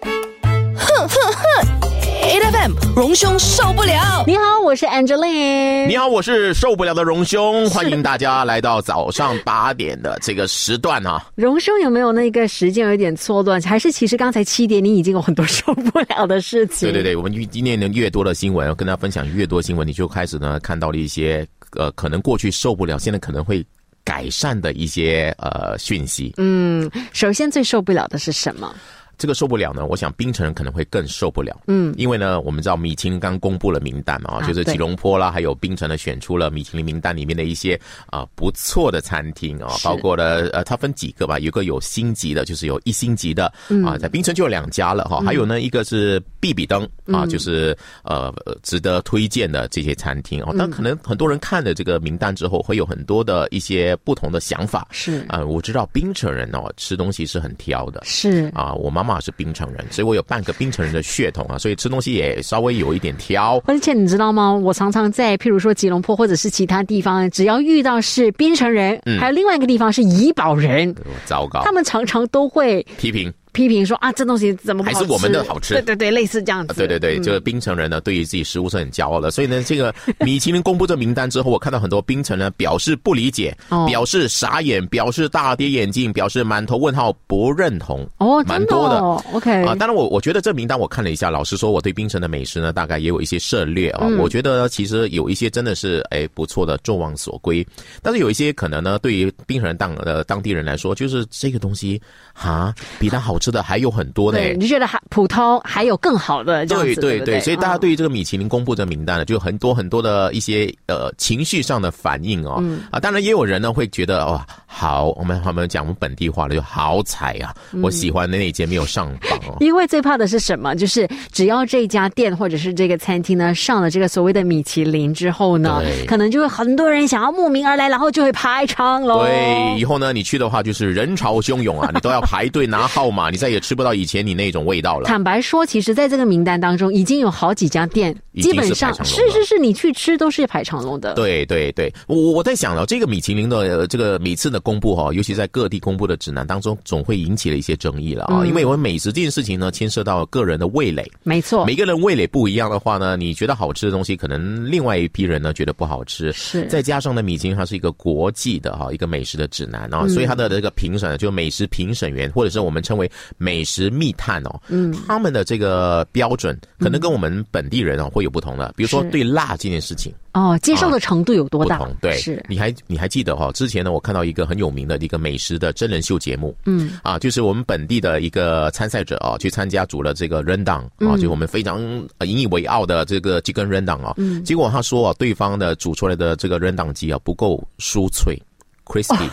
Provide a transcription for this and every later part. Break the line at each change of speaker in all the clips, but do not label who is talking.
哼哼哼！A F M 荣兄受不了。
你好，我是 Angeline。
你好，我是受不了的荣兄，
的
欢迎大家来到早上八点的这个时段啊！
荣兄有没有那个时间有一点错乱？还是其实刚才七点你已经有很多受不了的事情？
对对对，我们越今天呢越多的新闻，跟大家分享越多新闻，你就开始呢看到了一些呃，可能过去受不了，现在可能会改善的一些呃讯息。
嗯，首先最受不了的是什么？
这个受不了呢，我想槟城人可能会更受不了。
嗯，
因为呢，我们知道米其林刚公布了名单嘛，
啊
就是
对
吉隆坡啦，还有槟城呢，选出了米其林名单里面的一些啊、不错的餐厅啊，
是
包括了呃，它分几个吧，有一个有星级的，就是有一星级的
嗯
啊，在槟城就有两家了哈，还有呢一个是必比登啊，
嗯
就是呃呃值得推荐的这些餐厅
嗯
哦，但可能很多人看了这个名单之后，会有很多的一些不同的想法。
是
啊、我知道槟城人哦，吃东西是很挑的，
是
啊，我妈妈是槟城人，所以我有半个槟城人的血统啊，所以吃东西也稍微有一点挑。
而且你知道吗？我常常在譬如说吉隆坡或者是其他地方，只要遇到是槟城人，
嗯
还有另外一个地方是怡保人，
糟糕
他，们常常都会
批评
批评说啊，这东西怎么不好
还是我们的好吃
对对对，类似这样子。
啊，对对对，就是槟城人呢，对于自己食物是很骄傲的。所以呢，这个米其林公布这名单之后，我看到很多槟城人表示不理解
哦，
表示傻眼，表示大跌眼镜，表示满头问号，不认同。
哦，
蛮
真的
多的
哦，OK
啊，当然我我觉得这名单我看了一下，老实说，我对槟城的美食呢，大概也有一些涉猎啊。
嗯
我觉得其实有一些真的是哎不错的，众望所归。但是有一些可能呢，对于槟城人当呃当地人来说，就是这个东西哈，比它好吃的还有很多呢。
对，你就觉得还普通，还有更好的这样
对
子，对
对
不
所以大家
嗯
对于这个米其林公布的名单呢，就有很多很多的一些呃情绪上的反应哦。
嗯
啊，当然也有人呢会觉得哦，好，我们我们讲我们本地话了，就好彩啊，
嗯
我喜欢的那一间没有上榜哦。
因为最怕的是什么？就是只要这家店或者是这个餐厅呢上了这个所谓的米其林之后呢
对，
可能就会很多人想要慕名而来，然后就会排场喽。
对，以后呢，你去的话就是人潮汹涌啊，你都要排队拿号码，你再也吃不到以前你那种味 道了。
坦白说，其实在这个名单当中，已经有好几家店，
已经
基
是
本上
排长龙
是
了
是是，你去吃都是排长龙的。
对对对，我我在想了，这个米其林的呃这个每次的公布哈、尤其在各地公布的指南当中，总会引起了一些争议了啊、因为我们美食这件事情呢，牵涉到个人的味蕾，
没错，
每个人味蕾不一样的话呢，你觉得好吃的东西，可能另外一批人呢觉得不好吃。
是
再加上呢，米其林它是一个国际的哈一个美食的指南
嗯
啊，所以它的这个评审就美食评审员，或者是我们称为美食密探哦，嗯，他们的这个标准可能跟我们本地人哦会有不同的，比如说
是
对辣这件事情。
哦，接受的程度有多
啊不
大？
同，对，
是
你还你还记得哈、之前呢，我看到一个很有名的一个美食的真人秀节目，嗯，啊，就是我们本地的一个参赛者啊，去参加组了这个 rendang
嗯
啊，就我们非常呃引以为傲的这个这根 rendang 啊，
嗯
结果他说啊，对方的煮出来的这个 rendang 鸡啊不够酥脆。crispy，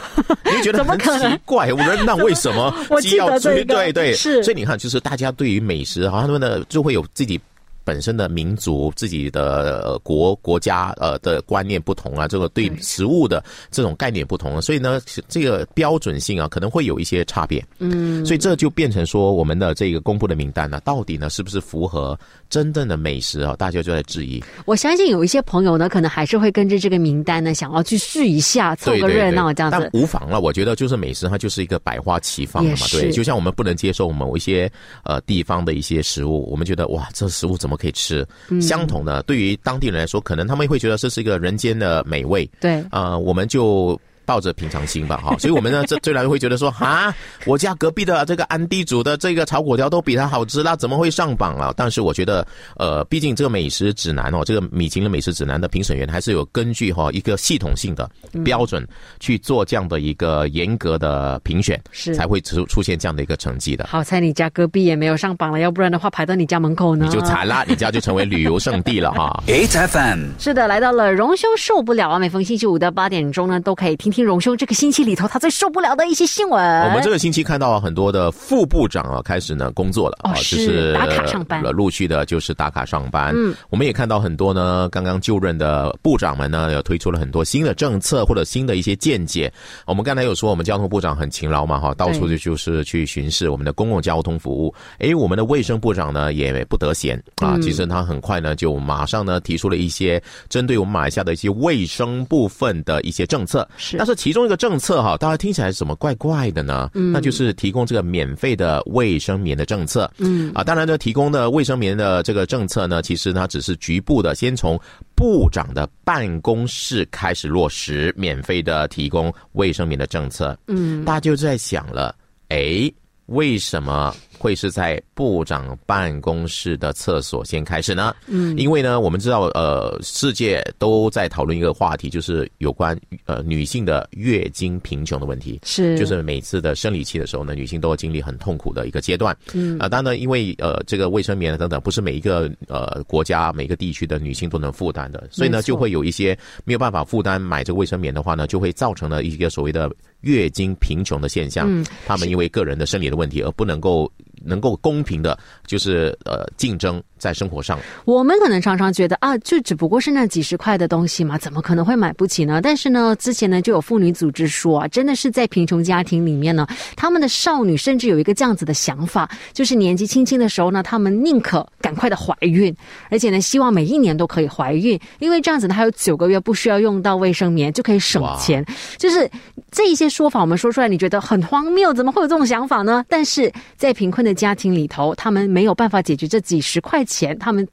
你 就觉得
怎么
很
可能
奇怪，我 rendang 为什么
我
鸡
记
要
得
脆？
这个
对对，
是
所以你看，就是大家对于美食啊，他们的就会有自己本身的民族、自己的、呃、国国家呃的观念不同啊，这个对食物的这种概念不同、啊，所以呢，是这个标准性啊可能会有一些差别。嗯，所以这就变成说，我们的这个公布的名单呢、到底呢是不是符合真正的美食啊？大家就在质疑。
我相信有一些朋友呢，可能还是会跟着这个名单呢，想要去试一下，凑
对
个
对
热
对，
闹这样
但
子。
无妨了，我觉得就是美食，它就是一个百花齐放的
也
嘛。
是
对，就像我们不能接受某一些呃地方的一些食物，我们觉得哇，这食物怎么可以吃？
嗯
相同的，对于当地人来说，可能他们会觉得这是一个人间的美味。
对，
呃，我们就。抱着平常心吧，哈，所以我们呢，这虽然会觉得说，哈，我家隔壁的这个安地煮的这个炒粿条都比它好吃啦，怎么会上榜啊？但是我觉得，呃，毕竟这个美食指南哦，这个米其林美食指南的评审员还是有根据哈、一个系统性的标准去做这样的一个严格的评选，
是
才会出出现这样的一个成绩的。
好在你家隔壁也没有上榜了，要不然的话排到你家门口呢。
你就惨啦，你家就成为旅游胜地了哈。
8FM.
是的，来到了荣兄受不了啊！每逢星期五的八点钟呢，都可以听听荣兄这个星期里头他最受不了的一些新闻。
我们这个星期看到很多的副部长啊，开始呢工作了
哦
啊，
是
就是
打卡上班
呃陆续的就是打卡上班。嗯，我们也看到很多呢，刚刚就任的部长们呢，有推出了很多新的政策或者新的一些见解。我们刚才有说，我们交通部长很勤劳嘛，哈，到处就就是去巡视我们的公共交通服务。诶，我们的卫生部长呢也不得闲啊，其实他很快呢就马上呢提出了一些针对我们马来西亚的一些卫生部分的一些政策。
是
那但是其中一个政策哈，大家听起来怎么怪怪的呢？嗯，那就是提供这个免费的卫生棉的政策。嗯，啊，当然呢，提供的卫生棉的这个政策呢，其实它只是局部的，先从部长的办公室开始落实免费的提供卫生棉的政策。嗯，大家就在想了，哎。为什么会是在部长办公室的厕所先开始呢？嗯，因为呢，我们知道，呃，世界都在讨论一个话题，就是有关呃女性的月经贫穷的问题。
是
就是每次的生理期的时候呢，女性都会经历很痛苦的一个阶段。嗯，啊，当然，因为呃，这个卫生棉等等，不是每一个呃国家、每个地区的女性都能负担的，所以
没
呢，
错
就会有一些没有办法负担买这个卫生棉的话呢，就会造成了一个所谓的月经贫穷的现象。
嗯，
他们因为个人的生理的问题而不能够能够公平的，就是呃竞争在生活上。
我们可能常常觉得啊，就只不过是那几十块的东西嘛，怎么可能会买不起呢？但是呢，之前呢就有妇女组织说啊，真的是在贫穷家庭里面呢，他们的少女甚至有一个这样子的想法，就是年纪轻轻的时候呢，他们宁可赶快的怀孕，而且呢，希望每一年都可以怀孕，因为这样子呢，还有九个月不需要用到卫生棉就可以省钱。就是这一些说法，我们说出来，你觉得很荒谬，怎么会有这种想法呢？但是在贫困的家庭里头，他们没有办法解决这几十块钱，他们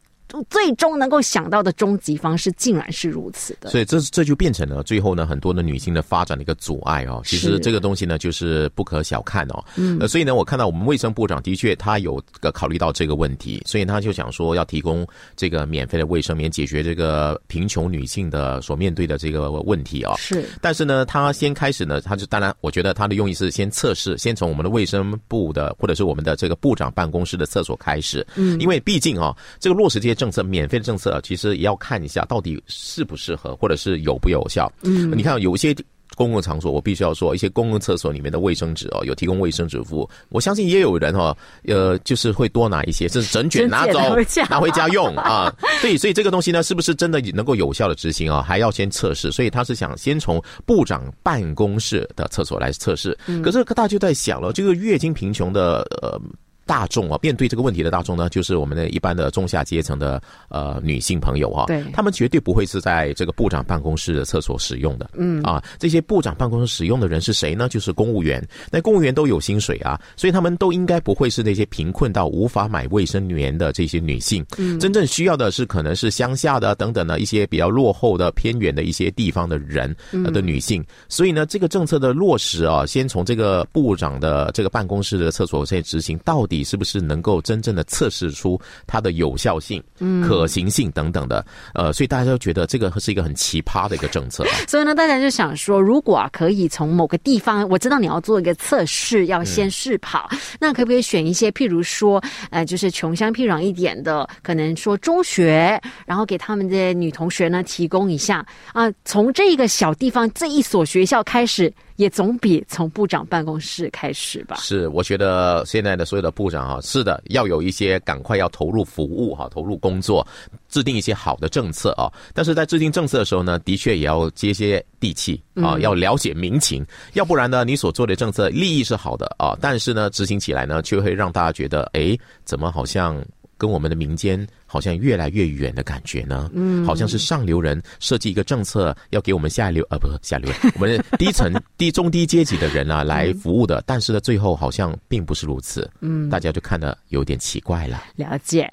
最终能够想到的终极方式，竟然是如此的。
所以这这就变成了最后呢，很多的女性的发展的一个阻碍哦。其
是
实这个东西呢，就是不可小看哦。嗯，呃，所以呢，我看到我们卫生部长的确他有呃考虑到这个问题，所以他就想说要提供这个免费的卫生棉，解决这个贫穷女性的所面对的这个问题哦。
是
但是呢，他先开始呢，他就当然，我觉得他的用意是先测试，先从我们的卫生部的或者是我们的这个部长办公室的厕所开始，嗯，因为毕竟啊、这个落实这些政策，免费的政策啊，其实也要看一下到底适不适合，或者是有不有效。嗯，你看有一些。公共场所，我必须要说，一些公共厕所里面的卫生纸哦，有提供卫生纸服务。我相信也有人哦，呃，就是会多拿一些，甚至整卷拿
整卷拿
走
回家，
拿回家用啊。对，所以这个东西呢，是不是真的能够有效的执行啊，还要先测试。所以他是想先从部长办公室的厕所来测试。可是大家就在想了，这个月经贫穷的呃。大众啊，面对这个问题的大众呢，就是我们的一般的中下阶层的呃女性朋友啊，
对
他们绝对不会是在这个部长办公室的厕所使用的。嗯啊，这些部长办公室使用的人是谁呢？就是公务员。那公务员都有薪水啊，所以他们都应该不会是那些贫困到无法买卫生棉的这些女性。嗯，真正需要的是可能是乡下的等等的一些比较落后的偏远的一些地方的人、呃、的女性。所以呢，这个政策的落实啊，先从这个部长的这个办公室的厕所先执行，到底是不是能够真正的测试出它的有效性、可行性等等的。呃，所以大家都觉得这个是一个很奇葩的一个政策啊。
所以呢，大家就想说，如果、啊、可以从某个地方，我知道你要做一个测试，要先试跑，那可不可以选一些，譬如说，呃，就是穷乡僻壤一点的，可能说中学，呃然后给他们的女同学呢提供一下啊、从这个小地方这一所学校开始，也总比从部长办公室开始吧。
是，我觉得现在的所有的部长啊，是的，要有一些赶快要投入服务哈、投入工作，制定一些好的政策啊。但是在制定政策的时候呢，的确也要接些地气啊，要了解民情，要不然呢，你所做的政策利益是好的啊，但是呢，执行起来呢，却会让大家觉得，诶，怎么好像。跟我们的民间好像越来越远的感觉呢，嗯，好像是上流人设计一个政策要给我们下流呃，不是下流人， 我们的低层低中低阶级的人啊来服务的，但是呢，最后好像并不是如此，嗯，大家就看得有点奇怪了。
了解。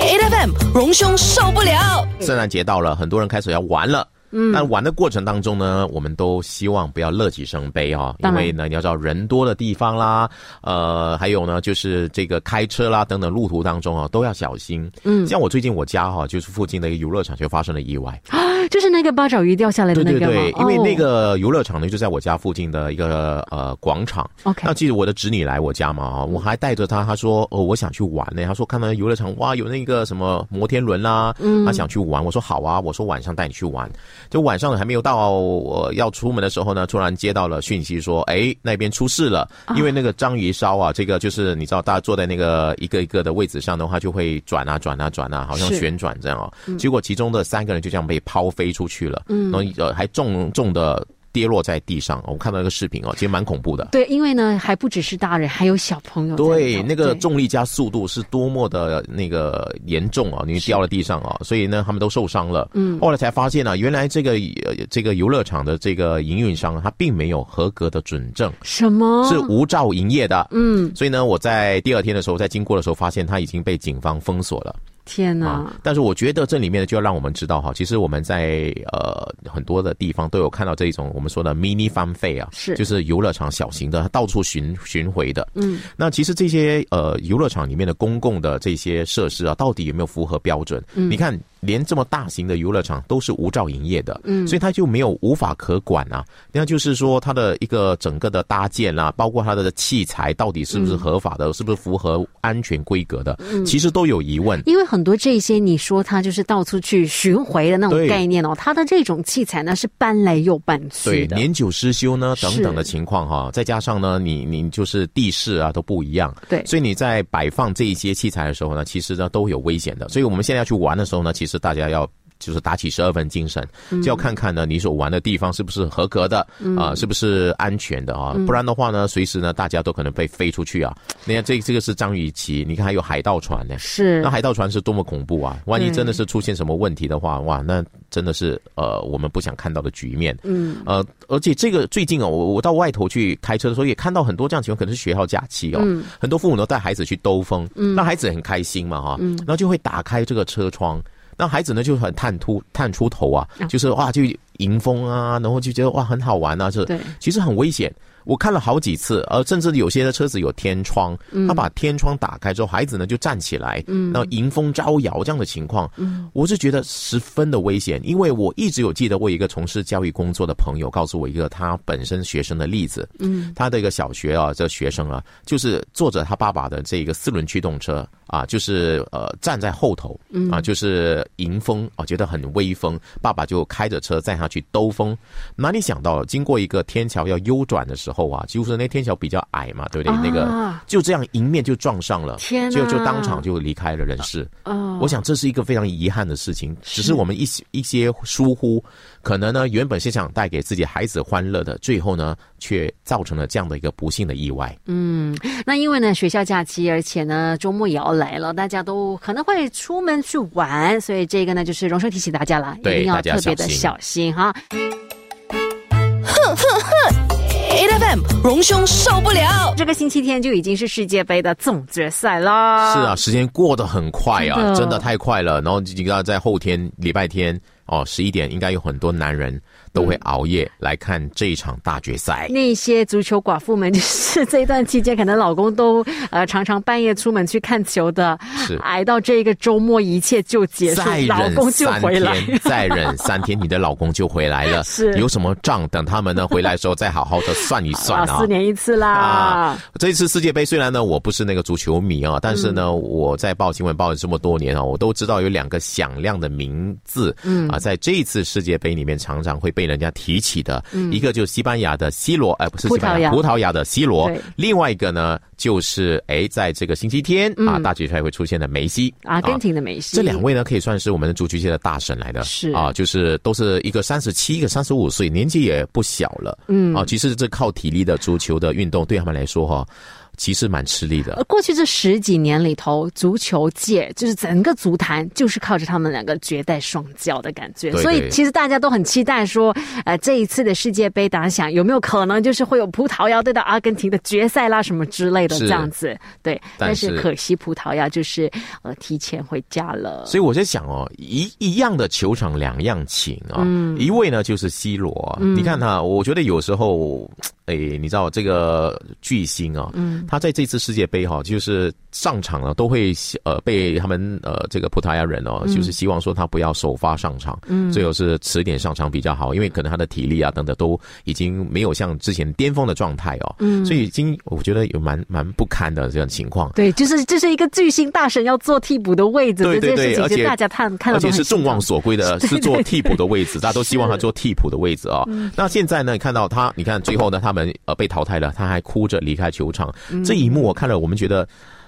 ，A F M 荣兄受不了
圣诞节到了，很多人开始要玩了。嗯，但玩的过程当中呢，我们都希望不要乐极生悲哦，
当然
因为呢，你要知道人多的地方啦，呃，还有呢，就是这个开车啦等等路途当中啊，都要小心。嗯，像我最近我家哈、就是附近的一个游乐场就发生了意外。
就是那个八爪鱼掉下来的
对
啊那
对
个
对，
吗
因为那、
哦
个游乐场呢就在我家附近的一个呃广场。
OK 嗯
那记得我的侄女来我家嘛啊，我还带着她，她说哦我想去玩呢，她说看到游乐场哇有那个什么摩天轮啦、
嗯
她想去玩，我说好啊，我说晚上带你去玩，就晚上还没有到我要出门的时候呢，突然接到了讯息说，哎那边出事了，
啊
因为那个章鱼烧啊，这个就是你知道大家坐在那个一个一个的位置上的话，就会转啊转啊转啊，好像
是
旋。旋
嗯
转这样哦，结果其中的三个人就这样被抛飞出去了，嗯，然后呃还重重的跌落在地上。我看到一个视频哦，其实蛮恐怖的。
对，因为呢，还不只是大人，还有小朋友在里
对，
头。
那个
哦对
重力加速度是多么的那个严重啊！你掉了地上啊，所以呢，他们都受伤了。嗯，后来才发现啊，原来这个呃这个游乐场的这个营运商，他并没有合格的准证，
什么
是无照营业的。
哦嗯，
所以呢，我在第二天的时候，在经过的时候，发现他已经被警方封锁了。
天哪、
啊。但是我觉得这里面呢，就要让我们知道哈，其实我们在呃很多的地方都有看到这一种我们说的 mini fun fair 啊，
是
就是游乐场小型的，它到处巡巡回的。
嗯，
那其实这些呃游乐场里面的公共的这些设施啊，到底有没有符合标准？嗯、你看。连这么大型的游乐场都是无照营业的，嗯，所以它就没有无法可管啊。那就是说，它的一个整个的搭建啦、包括它的器材到底是不
嗯
是合法的，是不是符合安全规格的，其实都有疑问。
因为很多这些你说他就是到处去巡回的那种
对
概念哦，他的这种器材呢是搬来又搬去
对，
的。
年久失修呢，
是
等等的情况哈，再加上呢，你你就是地势啊都不一样，
对
所以你在摆放这一些器材的时候呢，其实呢都有危险的。所以我们现在要去玩的时候呢，其实大家要。就是打起十二分精神，
嗯
就要看看呢你所玩的地方是不是合格的啊、是不是安全的
嗯
啊？不然的话呢，随时呢大家都可能被飞出去啊。你看这这个是章鱼鳍，你看还有海盗船呢、
是
那海盗船是多么恐怖啊！万一
对
真的是出现什么问题的话，哇，那真的是呃我们不想看到的局面。嗯，呃，而且这个最近哦，我我到外头去开车的时候，也看到很多这样情况，可能是学校假期哦，很多父母呢带孩子去兜风，嗯，那孩子很开心嘛哈，嗯，然后就会打开这个车窗。那孩子呢就很探出探出头啊，就是哇就迎风啊，然后就觉得哇很好玩啊，就是
对
其实很危险。我看了好几次，呃，甚至有些的车子有天窗，他把天窗打开之后，孩子呢就站起来，然后迎风招摇这样的情况，嗯我是觉得十分的危险，因为我一直有记得我有一个从事教育工作的朋友告诉我一个他本身学生的例子，嗯，他的一个小学啊，这学生啊，就是坐着他爸爸的这个四轮驱动车啊，就是呃站在后头，啊，就是迎风啊，觉得很威风，爸爸就开着车载他去兜风，哪里想到经过一个天桥要右转的时候啊，就是那天桥比较矮嘛，对不对？那个
啊
就这样迎面就撞上了，
天
就就
哪
当场就离开了人世。
哦
我想这是一个非常遗憾的事情，只
是
是我们一些一些疏忽，可能呢原本是想带给自己孩子欢乐的，最后呢却造成了这样的一个不幸的意外。
嗯那因为呢，学校假期，而且呢，周末也要来了，大家都可能会出门去玩，所以这个呢，就是荣生提醒大家啦，一
对
定要
大家
特别的
小
小
心
心哈。
，A F M 荣兄受不了
这个星期天就已经是世界杯的总决赛啦，
是啊，，时间过得很快啊，
真
真
的
的太快了。然后你知道，在后天礼拜天哦，十一点应该有很多男人都
嗯
会熬夜来看这一场大决赛。
那些足球寡妇们，就是这一段期间，可能老公都呃常常半夜出门去看球的，
是
挨到这个周末一切就结束
再，
老
忍
公就
三
回来。
天，再忍三天，你的老公就回来 了。
是
有什么账，等他们呢回来的时候再好好的算一算
啊，
啊。
四年一次啦，
啊这一次世界杯虽然呢我不是那个足球迷啊，但是呢、
嗯
我在报新闻报了这么多年啊，我都知道有两个响亮的名字，嗯啊，在这一次世界杯里面常常会被人家提起的，一个就是西班牙的 C 罗，哎、不是西班
嗯
牙，
葡
葡
萄
萄牙的 C 罗
对，
另外一个呢就是哎，在这个星期天啊、大决赛会出现的梅西
嗯
啊
阿根啊廷的梅西，
这两位呢，可以算是我们的足球界的大神来的，
是
啊，就是都是一个三十七，一个三十五岁，年纪也不小了，嗯，啊，其实这靠体力的足球的运动对他们来说哈、其实蛮吃力
呃
的，
过去这十几年里头，足球界就是整个足坛就是靠着他们两个绝代双骄的感觉，
对
所以
对
其实大家都很期待说，呃，这一次的世界杯打响有没有可能就是会有葡萄牙对到阿根廷的决赛啦什么之类的
是
这样子，对。但
但
是
是
可惜葡萄牙就是呃提前回家了，
所以我在想哦，一一样的球场两样情啊，一位呢就是 C 罗，你看他，我觉得有时候，哎，你知道这个巨星啊，他在这次世界杯哈、就是上场了都会呃被他们呃这个葡萄牙人哦，就是希望说他不要首发上场，嗯，最后是迟点上场比较好，因为可能他的体力啊等等都已经没有像之前巅峰的状态哦，嗯，所以已经我觉得有蛮蛮不堪的这种情况。
对，就是这是一个巨星大神要做替补的位置，
对对
这件
对
事情
而
是
且
大家看看到
而
都很
且是众
心疼
望所 归的，是做替补的位置，大家都希望他做替补的位置啊、
嗯
那现在呢，你看到他，
嗯
你看最后呢，他们呃被淘汰了，他还哭着离开球场，这一幕我看了，我们觉得。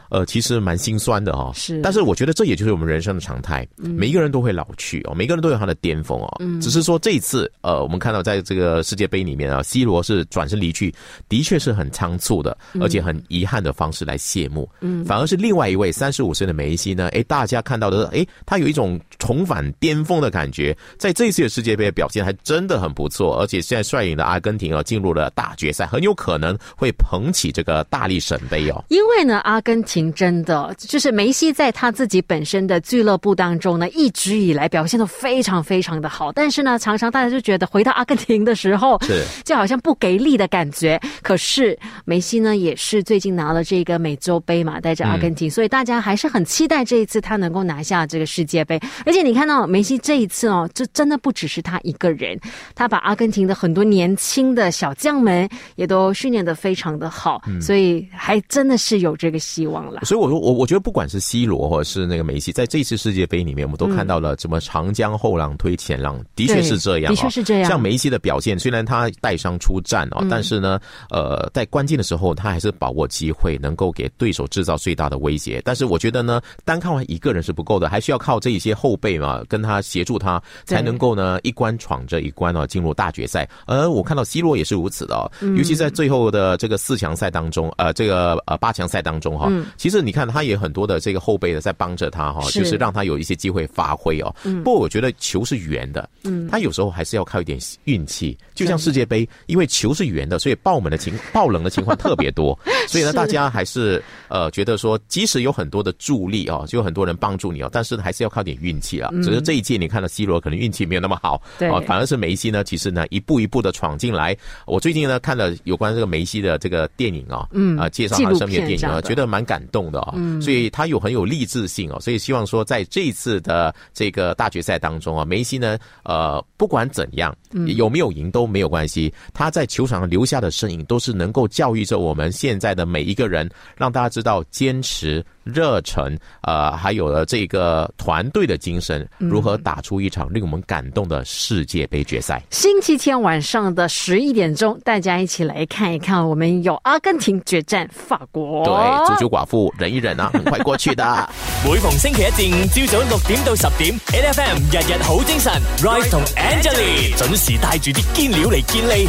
呃，其实蛮心酸的哈、哦。
是
但是我觉得这也就是我们人生的常态，每一个人都会老去哦，每一个人都有他的巅峰哦。只是说这一次，呃，我们看到在这个世界杯里面啊，C 罗是转身离去，的确是很仓促的，而且很遗憾的方式来谢幕。嗯，反而是另外一位三十五岁的梅西呢，诶，大家看到的是，诶，他有一种重返巅峰的感觉，在这一次的世界杯的表现还真的很不错，而且现在率领的阿根廷啊进入了大决赛，很有可能会捧起这个大力神杯哦。
因为呢，阿根廷真的就是梅西在他自己本身的俱乐部当中呢，一直以来表现都非常非常的好，但是呢，常常大家就觉得回到阿根廷的时候，
是
就好像不给力的感觉。可是梅西呢，也是最近拿了这个美洲杯嘛，带着
嗯
阿根廷，所以大家还是很期待这一次他能够拿下这个世界杯。而且你看到梅西这一次哦，这真的不只是他一个人，他把阿根廷的很多年轻的小将们也都训练得非常的好，
嗯
所以还真的是有这个希望了。
所以我说，我我觉得不管是 C 罗或者是那个梅西，在这次世界杯里面，我们都
嗯
看到了什么长江后浪推前浪，的确
对
是这样、哦，
的确是这样嗯
像梅西的表现，虽然他带伤出战哦，但是呢，呃，在关键的时候，他还是把握机会，能够给对手制造最大的威胁。但是我觉得呢，单靠一个人是不够的，还需要靠这一些后辈嘛，跟他协助他，
对
才能够呢一关闯着一关哦，进入大决赛。而我看到 C 罗也是如此的、哦，
嗯
尤其在最后的这个四强赛当中，呃，这个呃八强赛当中哈、其实你看他也很多的这个后辈呢在帮着他哈、
嗯是
就是让他有一些机会发挥哦。不过我觉得球是圆的，嗯，他有时候还是要靠一点运气，就像世界杯，因为球是圆的，所以爆冷的情爆冷的情况特 别 多，所以呢，
是
大家还是呃觉得说，即使有很多的助力哦，就有很多人帮助你哦，但是还是要靠点运气啊。只是这一届你看到 C 罗可能运气没有那么好，
对
哦，反而是梅西呢，其实呢一步一步的闯进来。我最近呢看了有关这个梅西的这个电影啊、嗯啊、介绍他生平
纪录
的电
片
影
这
啊，
样的嗯
觉得蛮感动的啊、所以他有很有励志性哦，所以希望说在这一次的这个大决赛当中啊，梅西呢呃不管怎样
嗯
有没有赢都没有关系，他在球场上留下的身影都是能够教育着我们现在的每一个人，让大家知道坚持。热忱，呃，还有了这个团队的精神，
嗯
如何打出一场令我们感动的世界杯决赛？
星期天晚上的十一点钟，大家一起来看一看，我们有阿根廷决战法国。
对，
哦
足球寡妇忍一忍啊，很快过去的。
每逢星期一至五朝早六点到十点，N F M 日日好精神，Rise 同 Angelie 准时带住啲坚料嚟健利。